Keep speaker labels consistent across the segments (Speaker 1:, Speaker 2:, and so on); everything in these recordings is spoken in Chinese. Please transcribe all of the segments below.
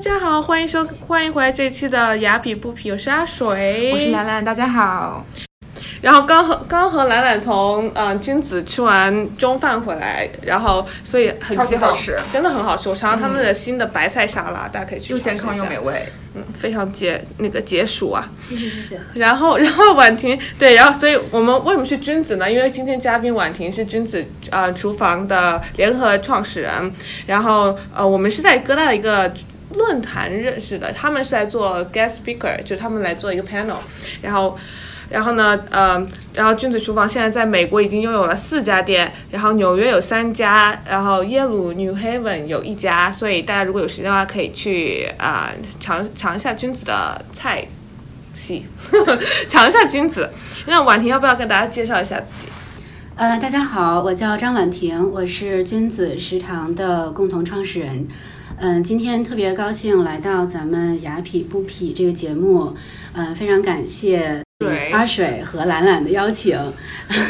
Speaker 1: 家好，欢迎收欢迎回来这一期的雅痞不痞，我是阿水，
Speaker 2: 我是兰兰，大家好。
Speaker 1: 然后刚和刚和兰兰从嗯、呃君子吃完中饭回来，然后所以很
Speaker 2: 超级
Speaker 1: 激动
Speaker 2: 好吃嗯
Speaker 1: 真的很好吃。我尝了他们的新的白菜沙拉，大家可以去
Speaker 2: 又
Speaker 1: 尝试
Speaker 2: 健康
Speaker 1: 一
Speaker 2: 又
Speaker 1: 下
Speaker 2: 美，味，
Speaker 1: 嗯，非常解那个解暑啊。
Speaker 3: 谢谢谢谢。
Speaker 1: 然后然后婉婷对，然后所以我们为什么是君子呢？因为今天嘉宾婉婷是君子呃厨房的联合创始人，然后呃我们是在哥大的一个。论坛认识的，他们是来做 guest speaker，就是他们来做一个 panel，然后然后呢，呃，然后君子厨房现在在美国已经拥有了四家店，然后纽约有三家，然后耶鲁 New Haven 有一家，所以大家如果有时间的话，可以去啊、呃尝尝一下君子的菜系， 尝一下君子。那婉婷要不要跟大家介绍一下自己？
Speaker 3: 呃，大家好，我叫张婉婷，我是君子食堂的共同创始人。嗯、今天特别高兴来到咱们雅痞不痞这个节目，嗯、非常感谢
Speaker 1: 对
Speaker 3: 阿水和兰兰的邀请。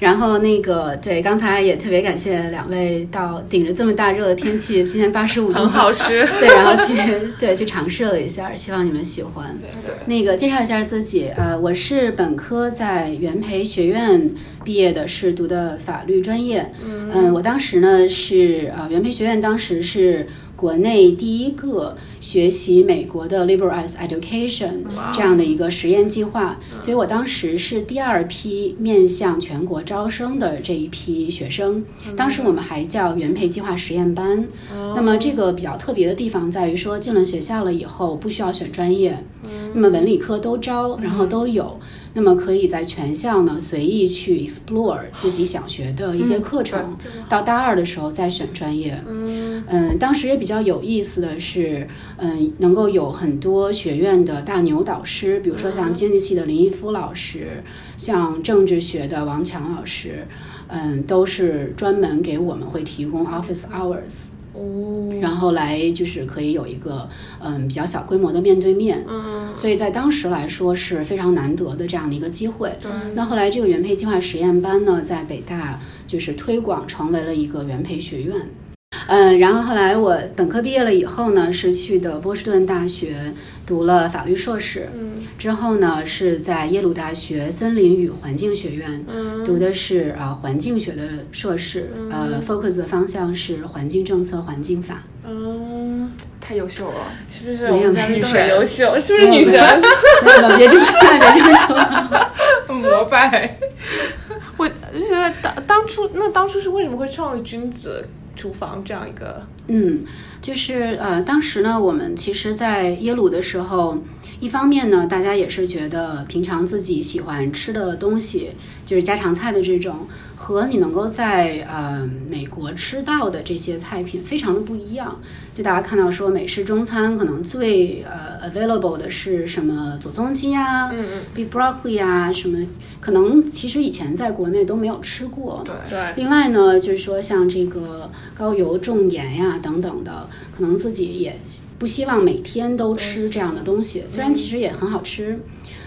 Speaker 3: 然后那个对，刚才也特别感谢两位到顶着这么大热的天气，今天八十五度，
Speaker 1: 很好 吃。
Speaker 3: 对，然后去对去尝试了一下，希望你们喜欢。
Speaker 2: 对
Speaker 3: 那个介绍一下自己，呃，我是本科在元培学院毕业的，是读的法律专业。嗯、我当时呢是呃元培学院当时是国内第一个学习美国的 liberal arts education 这样的一个实验计划，所以我当时是第二批面向全国招生的这一批学生。当时我们还叫元培计划实验班。那么这个比较特别的地方在于说，进了学校了以后不需要选专业。那么文理科都招，然后都有，那么可以在全校呢随意去 explore 自己想学的一些课程，到大二的时候再选专业。嗯当时也比较有意思的是，嗯，能够有很多学院的大牛导师，比如说像经济系的林毅夫老师，像政治学的王强老师，嗯，都是专门给我们会提供 office hours。
Speaker 1: 哦，
Speaker 3: 然后来就是可以有一个嗯比较小规模的面对面，嗯，所以在当时来说是非常难得的这样的一个机会。
Speaker 1: 对
Speaker 3: 那后来这个原培计划实验班呢，在北大就是推广成为了一个原培学院。嗯，然后后来我本科毕业了以后呢，是去的波士顿大学读了法律硕士，
Speaker 1: 嗯
Speaker 3: 之后呢是在耶鲁大学森林与环境学院
Speaker 1: 嗯
Speaker 3: 读的是呃环境学的硕士，呃 focus 的方向是环境政策、环境法。
Speaker 1: 嗯，
Speaker 2: 太优秀了。
Speaker 1: 是不是我
Speaker 3: 没有
Speaker 1: 们嘉宾都
Speaker 2: 没
Speaker 1: 很
Speaker 2: 有
Speaker 1: 优秀？是不是女神？
Speaker 3: 没有没有，别这么，千万别这么说。
Speaker 2: 膜拜。
Speaker 1: 我就是当当初那当初是为什么会创立君子厨房这样一个？
Speaker 3: 嗯，就是呃，当时呢，我们其实，在耶鲁的时候，一方面呢，大家也是觉得平常自己喜欢吃的东西，就是家常菜的这种，和你能够在呃美国吃到的这些菜品非常的不一样。就大家看到说，美式中餐可能最呃 available 的是什么左宗基啊、
Speaker 1: 嗯嗯，
Speaker 3: big broccoli 啊，什么可能其实以前在国内都没有吃过。
Speaker 2: 对，
Speaker 1: 对，
Speaker 3: 另外呢，就是说像这个高油、重盐呀、等等的，可能自己也不希望每天都吃这样的东西，虽然其实也很好吃。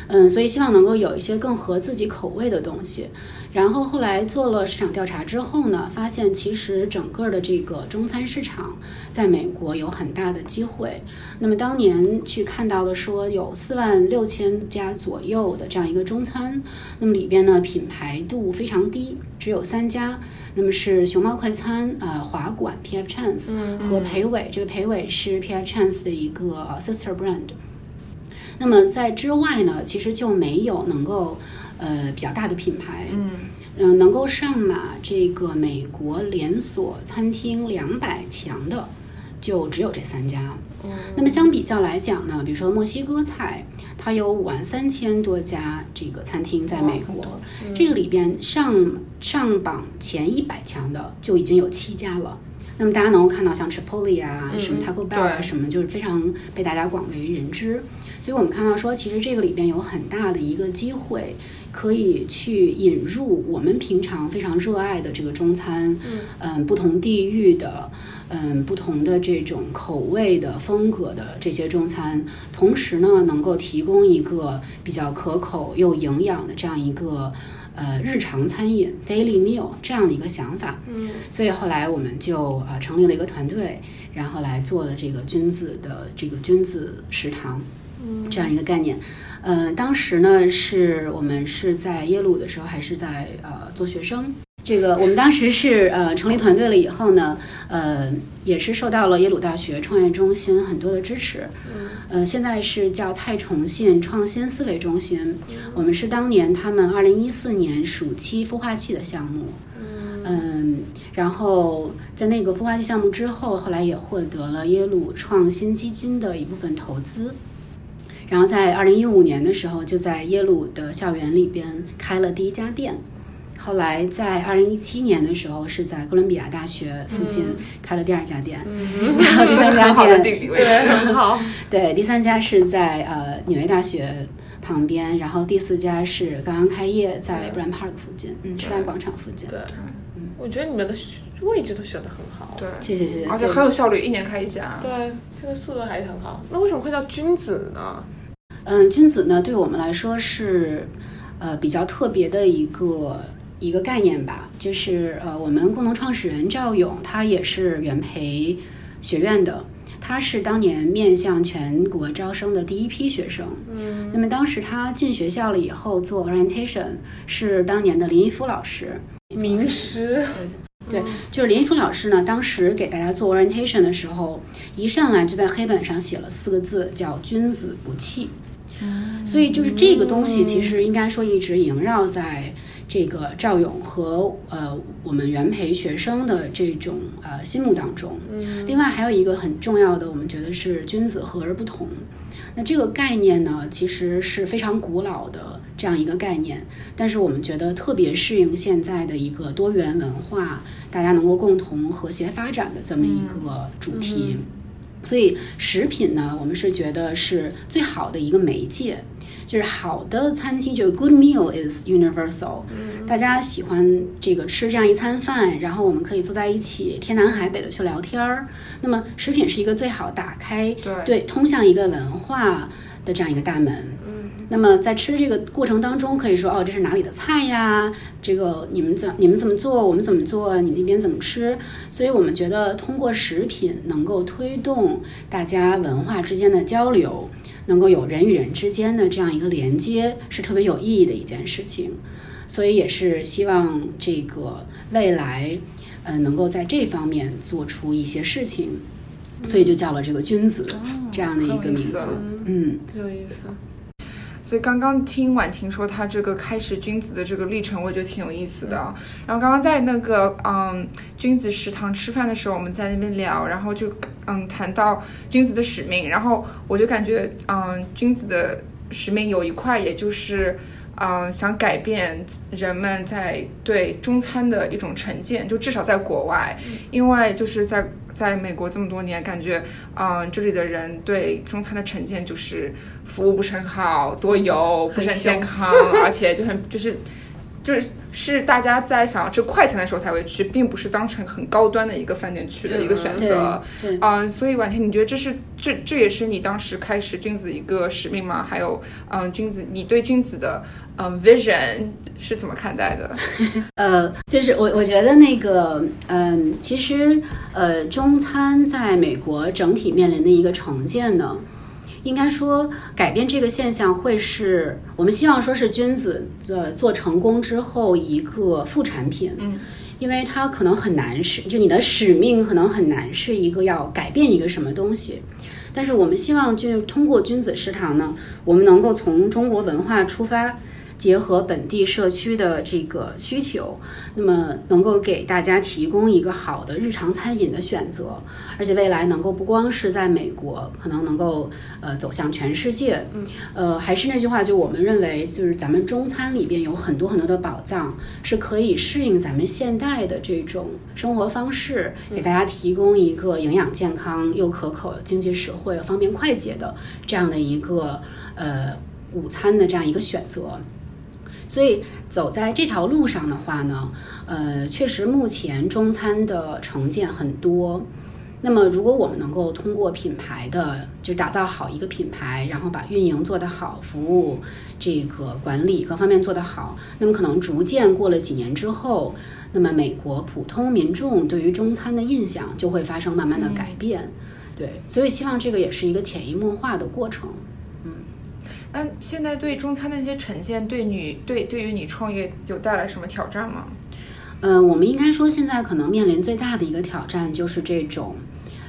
Speaker 3: 嗯，所以希望能够有一些更合自己口味的东西。然后后来做了市场调查之后呢，发现其实整个的这个中餐市场在美国有很大的机会。那么当年去看到的说有四万六千家左右的这样一个中餐，那么里边呢品牌度非常低，只有三家，那么是熊猫快餐、呃华馆 PF Chance
Speaker 2: 嗯
Speaker 1: 嗯
Speaker 3: 和裴伟，这个裴伟是 PF Chance 的一个呃 sister brand。那么在之外呢，其实就没有能够呃比较大的品牌，
Speaker 2: 嗯，
Speaker 3: 嗯，能够上马这个美国连锁餐厅两百强的，就只有这三家。那么相比较来讲呢，比如说墨西哥菜，它有五万三千多家这个餐厅在美国，这个里边上上榜前一百强的就已经有七家了。那么大家能够看到，像 Chipotle 啊，什么 Taco Bell 啊，
Speaker 2: 对
Speaker 3: 什么就是非常被大家广为人知。所以我们看到说，其实这个里边有很大的一个机会，可以去引入我们平常非常热爱的这个中餐，嗯、不同地域的，嗯、不同的这种口味的风格的这些中餐，同时呢，能够提供一个比较可口又营养的这样一个。呃，日常餐饮 （daily meal） 这样的一个想法，嗯，所以后来我们就呃成立了一个团队，然后来做了这个君子的这个君子食堂，这样一个概念。呃，当时呢是我们是在耶鲁的时候，还是在呃做学生。这个我们当时是呃成立团队了以后呢，呃也是受到了耶鲁大学创业中心很多的支持，
Speaker 2: 嗯
Speaker 3: 呃现在是叫蔡崇信创新思维中心，我们是当年他们二零一四年暑期孵化器的项目，嗯，然后在那个孵化器项目之后，后来也获得了耶鲁创新基金的一部分投资。然后在二零一五年的时候，就在耶鲁的校园里边开了第一家店。后来在二零一七年的时候，是在哥伦比亚大学附近开了第二家店，然后第三家
Speaker 2: 很好的
Speaker 3: 店
Speaker 2: 地理位置。
Speaker 1: 对，很好，
Speaker 3: 对，第三家是在呃纽约大学旁边，然后第四家是刚刚开业在 b r a n Park 附近，嗯，时代广场附近。
Speaker 1: 对，我觉得你们的位置都选的很好，
Speaker 2: 对，
Speaker 3: 谢谢谢谢。
Speaker 2: 而且很有效率，一年开一家。
Speaker 1: 对，这个速度还是很好。那为什么会叫君子呢？
Speaker 3: 嗯，君子呢，对我们来说是呃比较特别的一个一个概念吧，就是呃我们共同创始人赵勇，他也是元培学院的。他是当年面向全国招生的第一批学生，嗯，那么当时他进学校了以后做 orientation，是当年的林一夫老师，
Speaker 1: 名 师，
Speaker 3: 就是林一夫老师呢，当时给大家做 orientation 的时候，一上来就在黑板上写了四个字，叫“君子不器”。所以就是这个东西，其实应该说一直萦绕在这个赵勇和呃我们元培学生的这种呃心目当中。另外还有一个很重要的，我们觉得是“君子和而不同”。那这个概念呢，其实是非常古老的这样一个概念，但是我们觉得特别适应现在的一个多元文化，大家能够共同和谐发展的这么一个主题。所以食品呢，我们是觉得是最好的一个媒介。就是好的餐厅，就是 good meal is universal，、大家喜欢这个吃这样一餐饭，然后我们可以坐在一起，天南海北的去聊天儿。那么食品是一个最好打开
Speaker 2: 对
Speaker 3: 对，通向一个文化的这样一个大门。嗯，那么在吃这个过程当中，可以说哦，这是哪里的菜呀？这个你们怎你们怎么做？我们怎么做？你那边怎么吃？所以我们觉得通过食品能够推动大家文化之间的交流，能够有人与人之间的这样一个连接，是特别有意义的一件事情。所以也是希望这个未来，呃，能够在这方面做出一些事情，所以就叫了这个君子这样的一
Speaker 2: 嗯哦很
Speaker 3: 个
Speaker 2: 有意
Speaker 3: 名
Speaker 2: 思
Speaker 3: 字
Speaker 2: 啊。
Speaker 3: 嗯，
Speaker 1: 有意思。
Speaker 2: 所以刚刚听婉婷说她这个开始君子的这个历程，我也觉得挺有意思的啊。然后刚刚在那个嗯君子食堂吃饭的时候，我们在那边聊，然后就嗯谈到君子的使命，然后我就感觉嗯君子的使命有一块，也就是。嗯，想改变人们在对中餐的一种成见，就至少在国外，因为就是在在美国这么多年，感觉嗯，这里的人对中餐的成见就是服务不是很好，多油，不是很健康，而且就很就是就是是大家在想要吃快餐的时候才会去，并不是当成很高端的一个饭店去的一个选
Speaker 3: 对
Speaker 2: 择。
Speaker 3: 对。
Speaker 2: 嗯，所以婉婷，你觉得这是这这也是你当时开始君子一个使命吗？还有，嗯，君子，你对君子的嗯 vision 是怎么看待 的？
Speaker 3: 呃，就是我我觉得那个，嗯、其实呃，中餐在美国整体面临的一个成见呢，应该说改变这个现象会是我们希望说是君子做做成功之后一个副产品，
Speaker 2: 嗯，
Speaker 3: 因为它可能很难是，就你的使命可能很难是一个要改变一个什么东西。但是我们希望，就是通过君子食堂呢，我们能够从中国文化出发，结合本地社区的这个需求，那么能够给大家提供一个好的日常餐饮的选择，而且未来能够不光是在美国，可能能够呃走向全世界。嗯，呃，还是那句话，就我们认为，就是咱们中餐里边有很多很多的宝藏，是可以适应咱们现代的这种生活方式，给大家提供一个营养健康又可口、经济实惠、方便快捷的这样的一个呃午餐的这样一个选择。所以走在这条路上的话呢，呃，确实目前中餐的成见很多，那么，如果我们能够通过品牌的，就打造好一个品牌，然后把运营做得好，服务这个管理各方面做得好，那么可能逐渐过了几年之后，那么美国普通民众对于中餐的印象就会发生慢慢的改变。对，所以希望这个也是一个潜移默化的过程。
Speaker 2: 那嗯现在对中餐的一些呈现，对你对对于你创业有带来什么挑战吗？
Speaker 3: 呃，我们应该说，现在可能面临最大的一个挑战就是这种，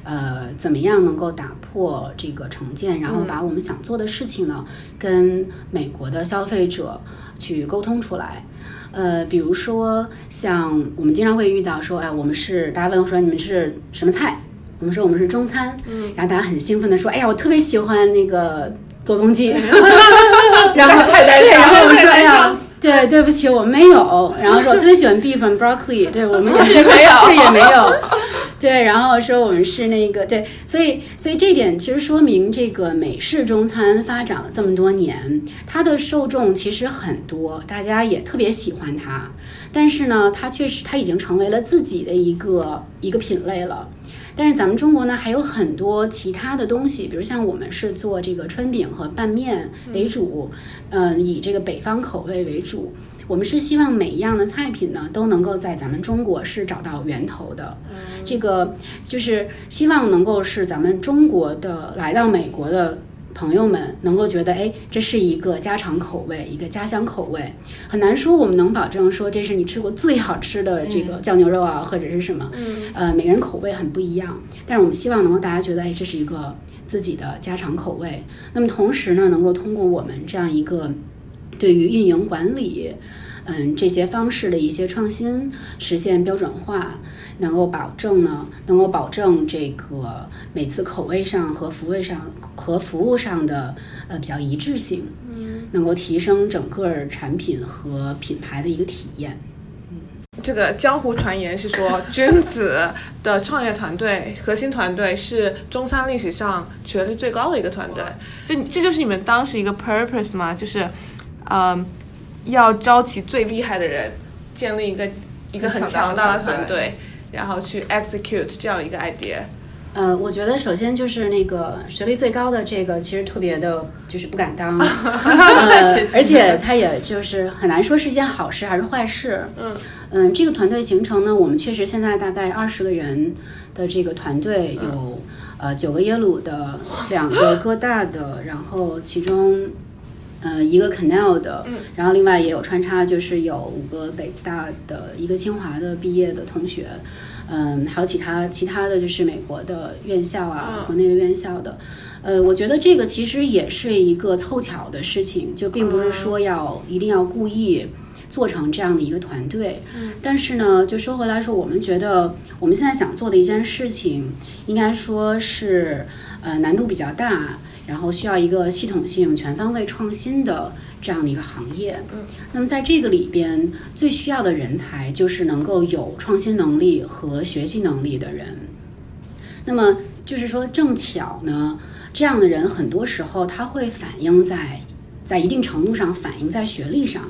Speaker 3: 呃，怎么样能够打破这个成见，然后把我们想做的事情呢，跟美国的消费者去沟通出来。呃，比如说像我们经常会遇到说，哎，我们是大家问我说你们是什么菜？我们说我们是中餐，嗯，然后大家很兴奋的说，哎呀，我特别喜欢那个左宗 基，然 后
Speaker 2: 菜单上
Speaker 3: 对，然后我们说，
Speaker 2: 菜单
Speaker 3: 哎
Speaker 2: 上
Speaker 3: 呀，对，对不起，我们没有，然后说我特别喜欢 beef and broccoli，对我们也
Speaker 2: 没有
Speaker 3: 对，也没有，对，然后说我们是那个对，所以所以这点其实说明这个美式中餐发展了这么多年，它的受众其实很多，大家也特别喜欢它，但是呢，它确实它已经成为了自己的一个一个品类了。但是咱们中国呢，还有很多其他的东西，比如像我们是做这个春饼和拌面为主，嗯、以这个北方口味为主。我们是希望每一样的菜品呢，都能够在咱们中国是找到源头的。这个就是希望能够是咱们中国的来到美国的朋友们能够觉得，哎，这是一个家常口味，一个家乡口味。很难说我们能保证说这是你吃过最好吃的这个酱牛肉啊，或者是什么。呃，每人口味很不一样，但是我们希望能够大家觉得，哎，这是一个自己的家常口味。那么同时呢，能够通过我们这样一个对于运营管理，嗯，这些方式的一些创新，实现标准化，能够保证呢，能够保证这个每次口味上和服务上和服务上的呃比较一致性，嗯，能够提升整个产品和品牌的一个体验。
Speaker 1: 这个江湖传言是说，君子的创业团队核心团队是中餐历史上学历最高的一个团队。这这就是你们当时一个 purpose 吗？就是，嗯，要招齐最厉害的人，建立一个一个很
Speaker 2: 很
Speaker 1: 强
Speaker 2: 强
Speaker 1: 大
Speaker 2: 大的
Speaker 1: 的团
Speaker 2: 团队
Speaker 1: 队，然后去 execute 这样一个 idea。
Speaker 3: 呃，我觉得首先就是那个学历最高的这个，其实特别的，就是不敢当，呃
Speaker 2: 确实，
Speaker 3: 而且他也就是很难说是一件好事还是坏事。
Speaker 1: 嗯
Speaker 3: 嗯，这个团队形成呢，我们确实现在大概二十个人的这个团队有、呃九个耶鲁的，两个哥大的，然后其中。呃，一个 Canal 的，然后另外也有穿插，就是有五个北大的，一个清华的毕业的同学，嗯，还有其他其他的就是美国的院校啊，国内的院校的，呃，我觉得这个其实也是一个凑巧的事情，就并不是说要一定要故意。做成这样的一个团队，但是呢，就收回来说，我们觉得我们现在想做的一件事情，应该说是呃难度比较大，然后需要一个系统性、全方位创新的这样的一个行业。那么在这个里边，最需要的人才就是能够有创新能力和学习能力的人。那么就是说，正巧呢，这样的人很多时候他会反映在在一定程度上反映在学历上，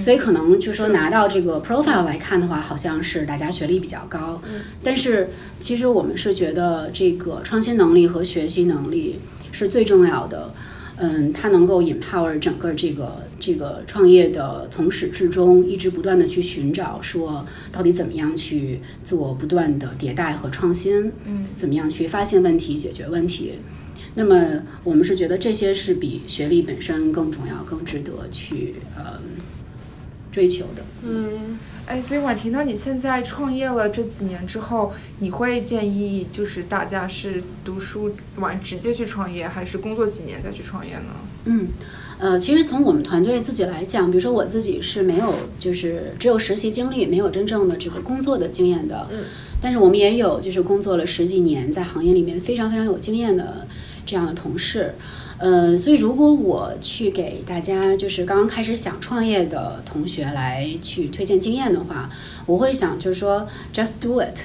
Speaker 3: 所以可能就说拿到这个 profile 来看的话，好像是大家学历比较高，但是其实我们是觉得这个创新能力和学习能力是最重要的。嗯，它能够 empower 整个这个这个创业的从始至终，一直不断的去寻找，说到底怎么样去做不断的迭代和创新，嗯，怎么样去发现问题、解决问题。那么我们是觉得这些是比学历本身更重要、更值得去呃追求的。
Speaker 1: 嗯
Speaker 2: 哎，所以婉婷，那你现在创业了这几年之后，你会建议就是大家是读书完直接去创业，还是工作几年再去创业呢？
Speaker 3: 嗯，呃，其实从我们团队自己来讲，比如说我自己是没有，就是只有实习经历，没有真正的这个工作的经验的。嗯。但是我们也有就是工作了十几年，在行业里面非常非常有经验的这样的同事。呃，所以如果我去给大家就是刚刚开始想创业的同学来去推荐经验的话，我会想就是说 just do it。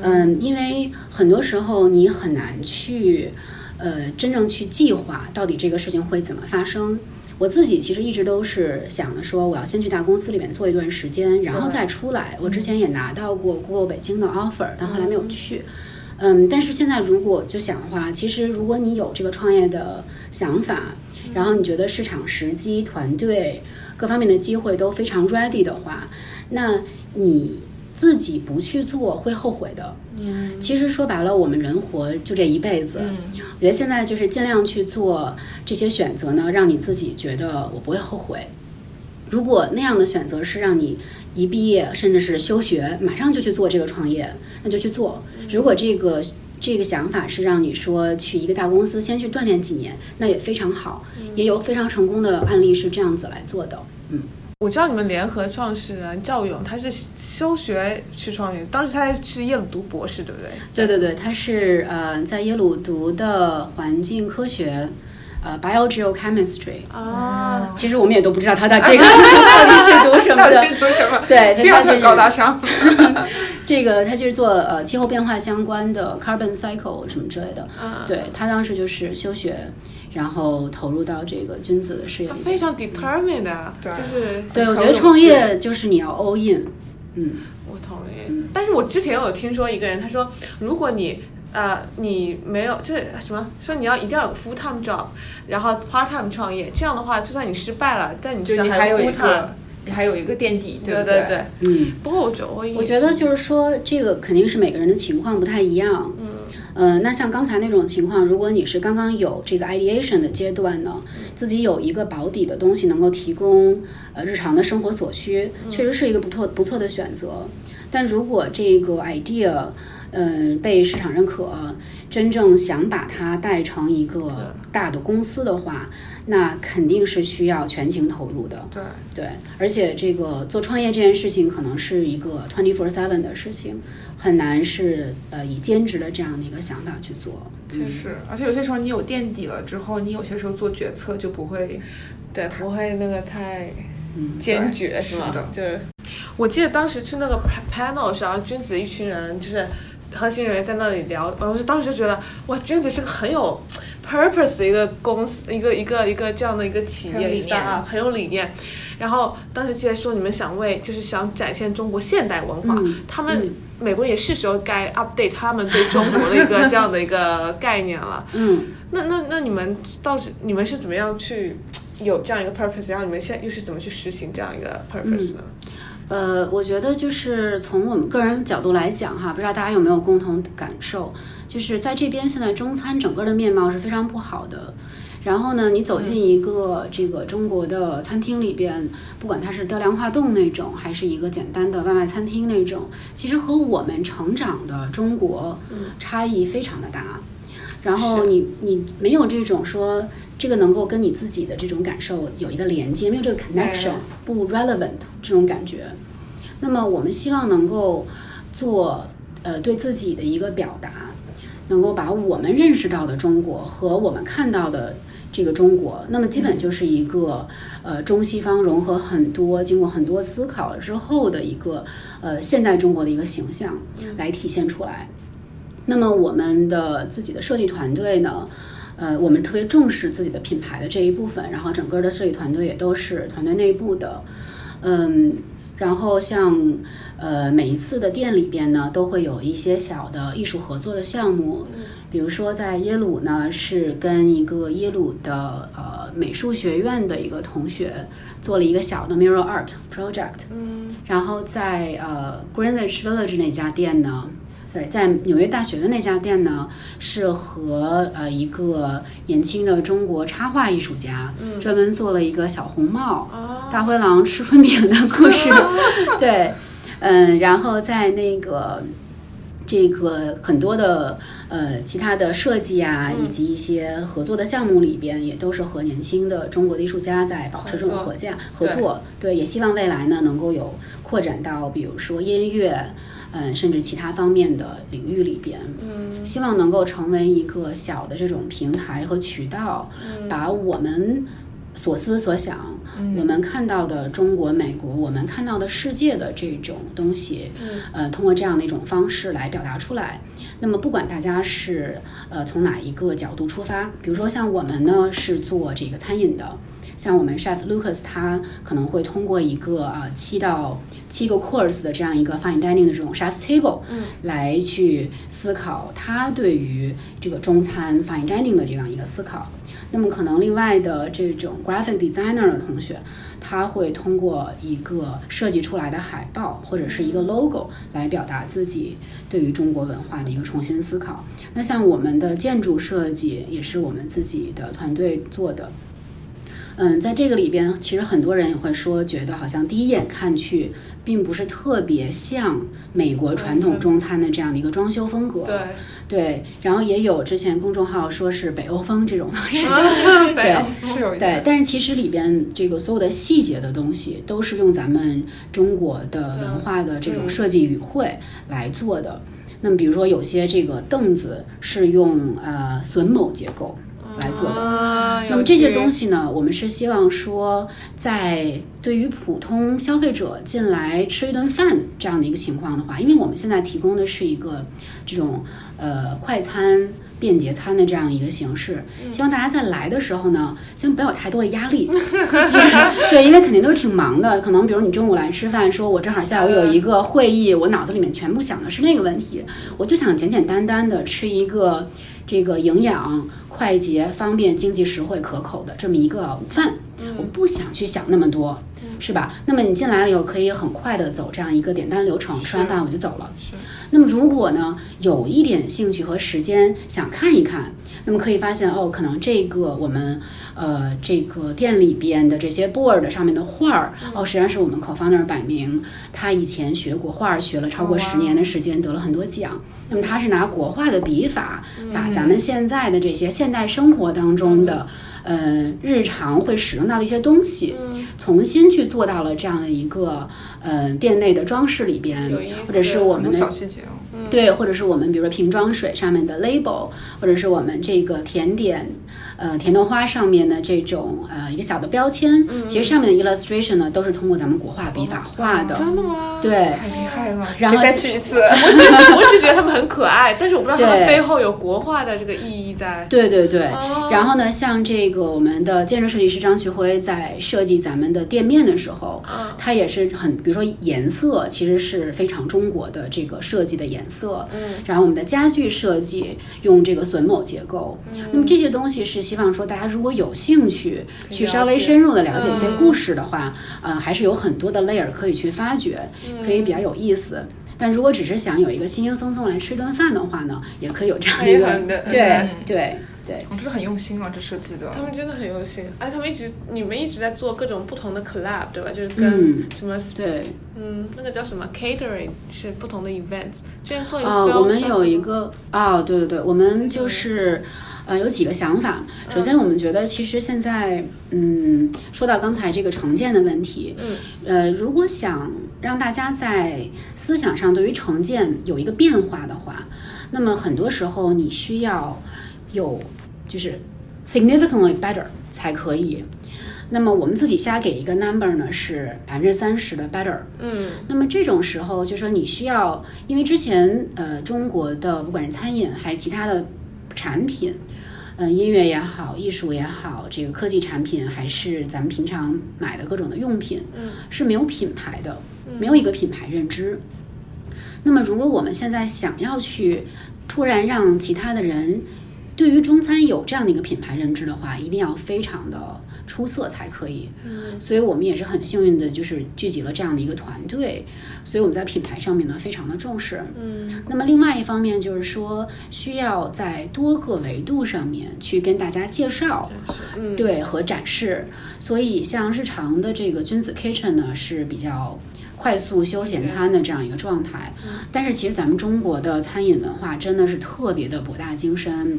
Speaker 3: 嗯，因为很多时候你很难去，呃，真正去计划到底这个事情会怎么发生。我自己其实一直都是想的，说我要先去大公司里面做一段时间，然后再出来。我之前也拿到过 Google 北京的 offer，但后来没有去。嗯，但是现在如果就想的话，其实如果你有这个创业的想法，然后你觉得市场时机、团队各方面的机会都非常 ready 的话，那你自己不去做会后悔的。
Speaker 2: 嗯
Speaker 3: 其实说白了，我们人活就这一辈子，
Speaker 2: 嗯
Speaker 3: 我觉得现在就是尽量去做这些选择呢，让你自己觉得我不会后悔。如果那样的选择是让你一毕业甚至是休学马上就去做这个创业，那就去做。
Speaker 2: 嗯
Speaker 3: 如果这个这个想法是让你说去一个大公司先去锻炼几年，那也非常好，
Speaker 2: 嗯
Speaker 3: 也有非常成功的案例是这样子来做的。嗯，
Speaker 1: 我知道你们联合创始人赵勇，他是休学去创业，当时他去耶鲁读博士，对不对？
Speaker 3: 对对对，他是呃在耶鲁读的环境科学，呃 biogeochemistry。
Speaker 1: 啊，
Speaker 3: 其实我们也都不知道他的 这个到底是读什么
Speaker 1: 到
Speaker 3: 的
Speaker 1: 底，是读什么？
Speaker 3: 对，
Speaker 2: 哎
Speaker 3: 所以
Speaker 1: 听
Speaker 3: 他
Speaker 1: 上去
Speaker 3: 就
Speaker 1: 很
Speaker 3: 是
Speaker 1: 高大上。
Speaker 3: 这个，他就是做呃气候变化相关的 carbon cycle 什么之类的。
Speaker 1: 啊，
Speaker 3: 对他当时就是休学，然后投入到这个君子的事业
Speaker 1: 他
Speaker 3: 里。
Speaker 1: 啊非常 determined 啊，
Speaker 2: 对
Speaker 1: 就是
Speaker 3: 对，我
Speaker 2: 很
Speaker 3: 觉
Speaker 2: 有
Speaker 3: 得
Speaker 2: 勇
Speaker 3: 创
Speaker 2: 气
Speaker 3: 业就是你要 all in。嗯，
Speaker 1: 我同意
Speaker 3: 嗯。
Speaker 1: 但是我之前有听说一个人，他说如果你呃你没有就是什么说你要一定要有 full time job，然后 part time 创业，这样的话就算你失败了，但你至少
Speaker 2: 就你还有
Speaker 1: full
Speaker 2: 一
Speaker 1: time。
Speaker 2: 个，你还有一个垫底，
Speaker 1: 对
Speaker 2: 不
Speaker 1: 对对。
Speaker 3: 嗯，
Speaker 1: 不过我觉得我也
Speaker 3: 我觉得就是说，这个肯定是每个人的情况不太一样。嗯，呃，那像刚才那种情况，如果你是刚刚有这个 ideation 的阶段呢，自己有一个保底的东西能够提供呃日常的生活所需，确实是一个不错不错的选择。但如果这个 idea 嗯、被市场认可，真正想把它带成一个大的公司的话，那肯定是需要全情投入的。
Speaker 1: 对。
Speaker 3: 对，而且这个做创业这件事情可能是一个 twenty four seven 的事情，很难是呃以兼职的这样的一个想法去做。
Speaker 2: 确实，而且有些时候你有垫底了之后，你有些时候做决策就不会，
Speaker 1: 对，不会那个太
Speaker 3: 嗯
Speaker 1: 坚决，是
Speaker 2: 是
Speaker 1: 吗？
Speaker 2: 的
Speaker 1: 就是我记得当时去那个 pa- panel 时候，君子一群人就是核心人员在那里聊，我就当时就觉得哇，君子是个很有 purpose 的一个公司，一个一个一个这样的一个企
Speaker 2: 很有
Speaker 1: 业
Speaker 2: 理念
Speaker 1: startup，很有理念。然后当时记得说你们想为就是想展现中国现代文化，
Speaker 3: 嗯
Speaker 1: 他们、
Speaker 3: 嗯
Speaker 1: 美国也是时候该 update 他们对中国的一 个这样的一个概念了。
Speaker 3: 嗯，
Speaker 1: 那那那你们到底你们是怎么样去有这样一个 purpose，然后你们现在又是怎么去实行这样一
Speaker 3: 嗯
Speaker 1: 个 purpose 呢？
Speaker 3: 呃，我觉得就是从我们个人角度来讲哈，不知道大家有没有共同感受，就是在这边现在中餐整个的面貌是非常不好的。然后呢，你走进一个这个中国的餐厅里边，不管它是雕梁画栋那种，还是一个简单的外卖餐厅那种，其实和我们成长的中国差异非常的大。然后
Speaker 1: 是
Speaker 3: 你你没有这种说这个能够跟你自己的这种感受有一个连接，没有这个 connection，不 relevant 这种感觉。那么我们希望能够做呃对自己的一个表达，能够把我们认识到的中国和我们看到的这个中国，那么基本就是一个呃中西方融合很多，经过很多思考之后的一个呃现代中国的一个形象来体现出来。那么我们的自己的设计团队呢，呃，我们特别重视自己的品牌的这一部分，然后整个的设计团队也都是团队内部的，嗯，然后像呃每一次的店里边呢，都会有一些小的艺术合作的项目，比如说在耶鲁呢是跟一个耶鲁的呃美术学院的一个同学做了一个小的 mural art project，
Speaker 1: 嗯，
Speaker 3: 然后在呃 Greenwich Village 那家店呢，对，在纽约大学的那家店呢，是和呃一个年轻的中国插画艺术家，嗯，专门做了一个小红帽，
Speaker 1: 啊，
Speaker 3: 大灰狼吃春饼的 故事，对，嗯，然后在那个这个很多的呃其他的设计啊，
Speaker 1: 嗯
Speaker 3: 以及一些合作的项目里边，也都是和年轻的中国的艺术家在保持这种
Speaker 1: 合作
Speaker 3: 合价合作，对，也希望未来呢能够有扩展到比如说音乐，嗯，甚至其他方面的领域里边，
Speaker 1: 嗯，
Speaker 3: 希望能够成为一个小的这种平台和渠道，
Speaker 1: 嗯
Speaker 3: 把我们所思所想，
Speaker 2: 嗯
Speaker 3: 我们看到的中国、美国，我们看到的世界的这种东西，呃，通过这样的一种方式来表达出来。那么，不管大家是呃从哪一个角度出发，比如说像我们呢是做这个餐饮的，像我们 Chef Lucas 他可能会通过一个啊七到七个 course 的这样一个 fine dining 的这种 Chef's table，嗯，来去思考他对于这个中餐 fine dining 的这样一个思考。那么可能另外的这种 graphic designer 的同学，他会通过一个设计出来的海报或者是一个 logo 来表达自己对于中国文化的一个重新思考。那像我们的建筑设计也是我们自己的团队做的。嗯，在这个里边，其实很多人也会说，觉得好像第一眼看去，并不是特别像美国传统中餐的这样的一个装修风格。
Speaker 1: 对，
Speaker 3: 对，然后也有之前公众号说是北欧风这种方式，
Speaker 1: 对
Speaker 2: 是有一
Speaker 3: 对
Speaker 2: 点，，
Speaker 3: 但是其实里边这个所有的细节的东西，都是用咱们中国的
Speaker 1: 对
Speaker 3: 文化的这种
Speaker 1: 嗯
Speaker 3: 设计语汇来做的。那么，比如说有些这个凳子是用呃榫卯结构来做的，
Speaker 1: 啊、
Speaker 3: 那么这些东
Speaker 1: 西，
Speaker 3: 西呢，我们是希望说，在对于普通消费者进来吃一顿饭这样的一个情况的话，因为我们现在提供的是一个这种呃快餐。便捷餐的这样一个形式，希望大家在来的时候呢，先不要有太多的压力， 就是对，因为肯定都是挺忙的。可能比如你中午来吃饭，说我正好下午有一个会议，我脑子里面全部想的是那个问题，我就想简简单单的吃一个这个营养、快捷、方便、经济实惠、可口的这么一个午饭。
Speaker 2: 嗯
Speaker 3: 我不想去想那么多，是吧？那么你进来了以后，可以很快的走这样一个点单流程，吃完饭我就走了。
Speaker 2: 是
Speaker 3: 那么如果呢有一点兴趣和时间想看一看，那么可以发现哦，可能这个我们呃这个店里边的这些 board 上面的画儿，
Speaker 2: 嗯
Speaker 3: 哦，实际上是我们 co-founder 百明他以前学国画儿学了超过
Speaker 2: 哦哇
Speaker 3: 十年的时间，得了很多奖。那么他是拿国画的笔法，把咱们现在的这些现代生活当中的呃日常会使用到的一些东西，
Speaker 1: 嗯
Speaker 3: 重新去做到了这样的一个呃店内的装饰里边
Speaker 1: 有意，思
Speaker 3: 或者是我
Speaker 2: 很
Speaker 3: 们
Speaker 2: 多
Speaker 3: 的
Speaker 2: 小细节哦。
Speaker 3: 对，或者是我们比如说瓶装水上面的 label，或者是我们这个甜点，呃，甜豆花上面的这种呃一个小的标签，其实上面的 illustration 呢都是通过咱们国画笔法画的，
Speaker 1: 真的吗？
Speaker 3: 对。
Speaker 2: 太厉害了！
Speaker 3: 然后
Speaker 2: 再去一次，
Speaker 1: 我只哦 我只觉得他们很可爱，但是我不知道他
Speaker 3: 对
Speaker 1: 们背后有国画的这个意义在。
Speaker 3: 对对对，
Speaker 1: 哦
Speaker 3: 然后呢，像这个我们的建筑设计师张渠辉在设计咱们的店面的时候，
Speaker 1: 嗯
Speaker 3: 它也是很，比如说颜色其实是非常中国的这个设计的颜色，
Speaker 1: 嗯，
Speaker 3: 然后我们的家具设计用这个榫卯结构，
Speaker 1: 嗯
Speaker 3: 那么这些东西是希望说大家如果有兴趣
Speaker 2: 可以
Speaker 3: 去
Speaker 2: 了
Speaker 3: 稍微
Speaker 2: 解
Speaker 3: 深入的了解一些
Speaker 1: 嗯
Speaker 3: 故事的话，呃，还是有很多的 layer 可以去发掘，
Speaker 1: 嗯
Speaker 3: 可以比较有意思。但如果只是想有一个轻轻松松来吃顿饭的话呢，也可以有这样
Speaker 1: 可以
Speaker 3: 一个
Speaker 1: 哎很的
Speaker 3: 对
Speaker 2: 嗯
Speaker 3: 对对
Speaker 2: 我真的很用心啊，这设计的
Speaker 1: 他。们真的很用心，哎，他们一直你们一直在做各种不同的 collab，对吧？就是
Speaker 3: 嗯
Speaker 1: 跟什么
Speaker 3: 对。
Speaker 1: 嗯，那个叫什么 catering 是不同的 events，之前做一个
Speaker 3: 哦，
Speaker 1: film
Speaker 3: 我们有
Speaker 1: 叫什
Speaker 3: 一
Speaker 1: 么
Speaker 3: 个哦，对对对，我们就是。呃，有几个想法。首先，我们觉得其实现在，嗯，说到刚才这个成见的问题，
Speaker 1: 嗯，
Speaker 3: 呃，如果想让大家在思想上对于成见有一个变化的话，那么很多时候你需要有就是 significantly better 才可以。那么我们自己瞎给一个 number 呢，是百分之三十的 better。
Speaker 1: 嗯
Speaker 3: 那么这种时候，就说你需要，因为之前呃，中国的不管是餐饮还是其他的产品，呃，音乐也好，艺术也好，这个科技产品还是咱们平常买的各种的用品，
Speaker 1: 嗯，
Speaker 3: 是没有品牌的，没有一个品牌认知。那么，如果我们现在想要去突然让其他的人对于中餐有这样的一个品牌认知的话，一定要非常的出色才可以。
Speaker 1: 嗯
Speaker 3: 所以我们也是很幸运的，就是聚集了这样的一个团队，所以我们在品牌上面呢非常的重视。
Speaker 1: 嗯
Speaker 3: 那么另外一方面就是说，需要在多个维度上面去跟大家介绍。
Speaker 1: 嗯，
Speaker 3: 对和展示，所以像日常的这个君子 kitchen 呢是比较快速休闲餐的这样一个状态，但是其实咱们中国的餐饮文化真的是特别的博大精深，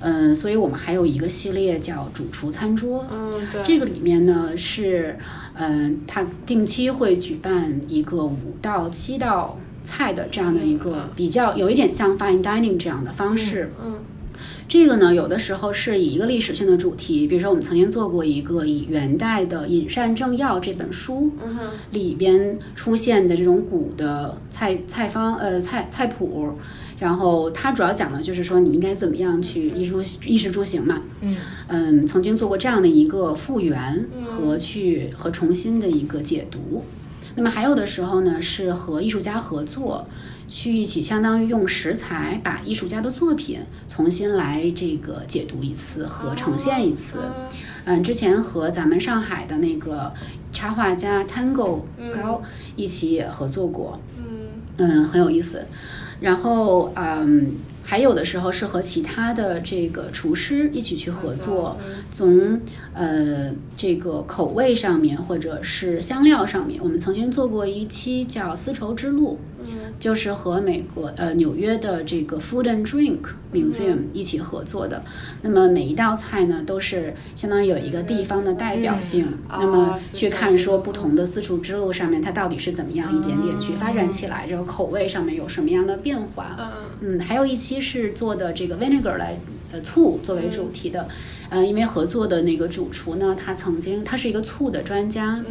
Speaker 3: 嗯，所以我们还有一个系列叫主厨餐桌，
Speaker 1: 嗯对，
Speaker 3: 这个里面呢是，嗯、呃，它定期会举办一个五到七道菜的这样的一个比较，有一点像 fine dining 这样的方式。
Speaker 1: 嗯
Speaker 3: 这个呢，有的时候是以一个历史性的主题，比如说我们曾经做过一个以元代的《饮膳正要》这本书
Speaker 1: 嗯哼
Speaker 3: 里边出现的这种古的菜菜方呃菜菜谱，然后它主要讲的就是说你应该怎么样去衣食住衣食住行嘛。嗯嗯，曾经做过这样的一个复原和去和重新的一个解读。那么还有的时候呢，是和艺术家合作，去一起相当于用食材把艺术家的作品重新来这个解读一次和呈现一次。哦嗯，之前和咱们上海的那个插画家 Tango 高一起合作过，嗯，很有意思。然后嗯，还有的时候是和其他的这个厨师一起去合作，从呃这个口味上面或者是香料上面，我们曾经做过一期叫《丝绸之路》，就是和美国呃纽约的这个 Food and Drink Museum 一起合作的。那么每一道菜呢，都是相当于有一个地方的代表性，
Speaker 1: 嗯
Speaker 3: 那么
Speaker 1: 啊丝绸
Speaker 3: 去看
Speaker 1: 之
Speaker 3: 说不同的丝绸之路上面它到底是怎么样一点点去发展起来，这个口味上面有什么样的变化。
Speaker 1: 嗯
Speaker 3: 嗯，还有一期是做的这个 vinegar 来呃醋作为主题的，
Speaker 1: 嗯
Speaker 3: 呃，因为合作的那个主厨呢，他曾经他是一个醋的专家，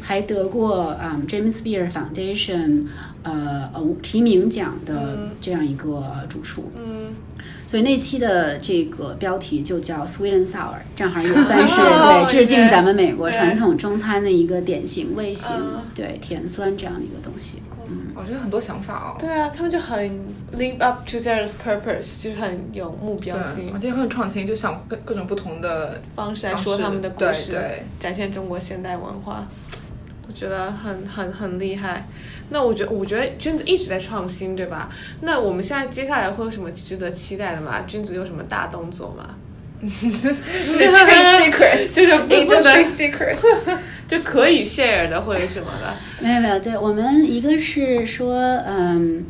Speaker 3: 还得过嗯 James Beard Foundation 呃呃提名奖的这样一个主厨，
Speaker 1: 嗯
Speaker 3: 所以那期的这个标题就叫 Sweet and Sour，正好也算 是对致敬咱们美国
Speaker 1: 哦对
Speaker 3: 传统中餐的一个典型味型
Speaker 1: 嗯，
Speaker 3: 对甜酸这样的一个东西。
Speaker 2: 我觉得很多想法哦。
Speaker 1: 对啊，他们就很 live up to their purpose，就是很有目标
Speaker 2: 对，
Speaker 1: 性
Speaker 2: 而且很有创新，就想各各种不同的
Speaker 1: 方式来
Speaker 2: 方
Speaker 1: 说
Speaker 2: 式
Speaker 1: 他们的故
Speaker 2: 对
Speaker 1: 事。
Speaker 2: 对
Speaker 1: 展现中国现代文化，我觉得很很很厉害。那我觉我觉得君子一直在创新，对吧？那我们现在接下来会有什么值得期待的吗？君子有什么大动作吗？
Speaker 2: trade secret，
Speaker 1: 就是不不
Speaker 2: industry
Speaker 1: 能
Speaker 2: secret。
Speaker 1: 就可以 share 的或者什么的。
Speaker 3: 没有没有，对我们一个是说，嗯，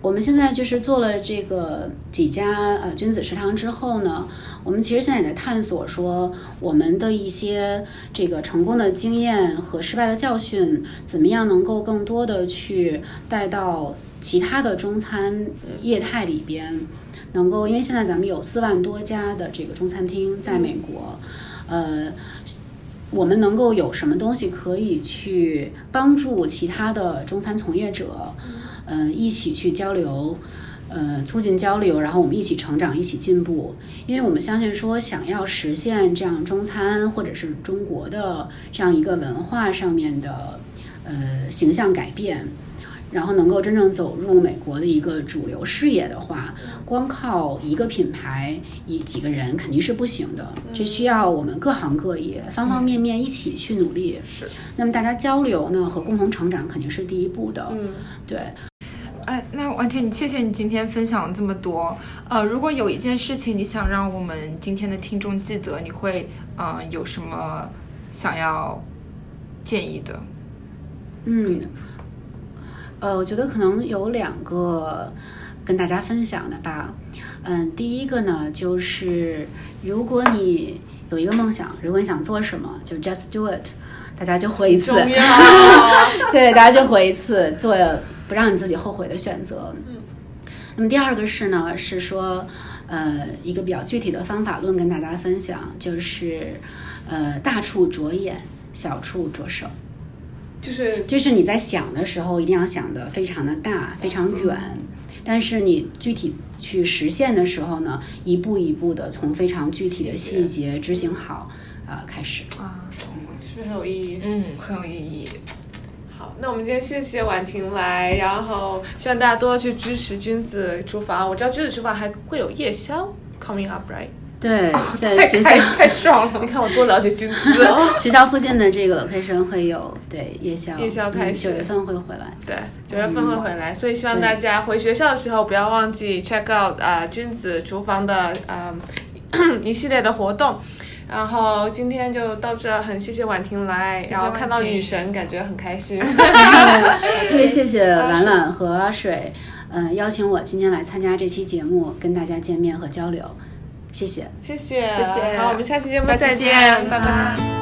Speaker 3: 我们现在就是做了这个几家呃君子食堂之后呢，我们其实现在也在探索说我们的一些这个成功的经验和失败的教训，怎么样能够更多的去带到其他的中餐业态里边。能够，因为现在咱们有四万多家的这个中餐厅在美国，呃，我们能够有什么东西可以去帮助其他的中餐从业者，嗯、一起去交流。呃，促进交流，然后我们一起成长，一起进步。因为我们相信说，想要实现这样中餐或者是中国的这样一个文化上面的呃形象改变，然后能够真正走入美国的一个主流视野的话，光靠一个品牌、一几个人肯定是不行的，这需要我们各行各业、方方面面一起去努力。
Speaker 2: 是，
Speaker 3: 那么大家交流呢和共同成长肯定是第一步的。
Speaker 1: 嗯，
Speaker 3: 对，
Speaker 2: 哎，那婉天，你谢谢你今天分享了这么多。呃，如果有一件事情你想让我们今天的听众记得，你会呃有什么想要建议的？
Speaker 3: 嗯，呃，我觉得可能有两个跟大家分享的吧。嗯，第一个呢，就是如果你有一个梦想，如果你想做什么，就 just do it，大家就活一次。
Speaker 1: 重要。
Speaker 3: 对，大家就活一次，做不让你自己后悔的选择。嗯。那么第二个是呢，是说，呃，一个比较具体的方法论跟大家分享，就是，呃，大处着眼，小处着手。
Speaker 1: 就是
Speaker 3: 就是你在想的时候，一定要想的非常的大，非常远。但是你具体去实现的时候呢，一步一步的从非常具体的细节执行好，呃，开始。
Speaker 2: 啊，
Speaker 1: 是不是很有意义？
Speaker 2: 嗯，很有意义。
Speaker 1: 好，那我们今天谢谢婉婷来，然后希望大家多多去支持君子厨房。我知道君子厨房还会有夜宵 coming up right？
Speaker 3: 对，在
Speaker 2: 太
Speaker 3: 学校
Speaker 2: 太太爽了
Speaker 1: 你！看我多了解君子哦。
Speaker 3: 学校附近的这个 location 会有对夜校，
Speaker 1: 夜校开始
Speaker 3: 九、9月份会回来。
Speaker 1: 对，九月份会回来，所以希望大家回学校的时候不要忘记 check out 呃君子厨房的呃 一系列的活动。然后今天就到这，很谢谢婉婷来，
Speaker 2: 谢
Speaker 1: 然后
Speaker 2: 婉
Speaker 1: 看到
Speaker 2: 婷
Speaker 1: 女神感觉很开心。
Speaker 3: 特别谢谢婉婉和阿水，嗯、邀请我今天来参加这期节目，跟大家见面和交流，谢谢。
Speaker 1: 谢谢，
Speaker 2: 谢谢
Speaker 1: 好，我们下期节目
Speaker 2: 下期
Speaker 1: 再
Speaker 2: 见拜拜
Speaker 3: 拜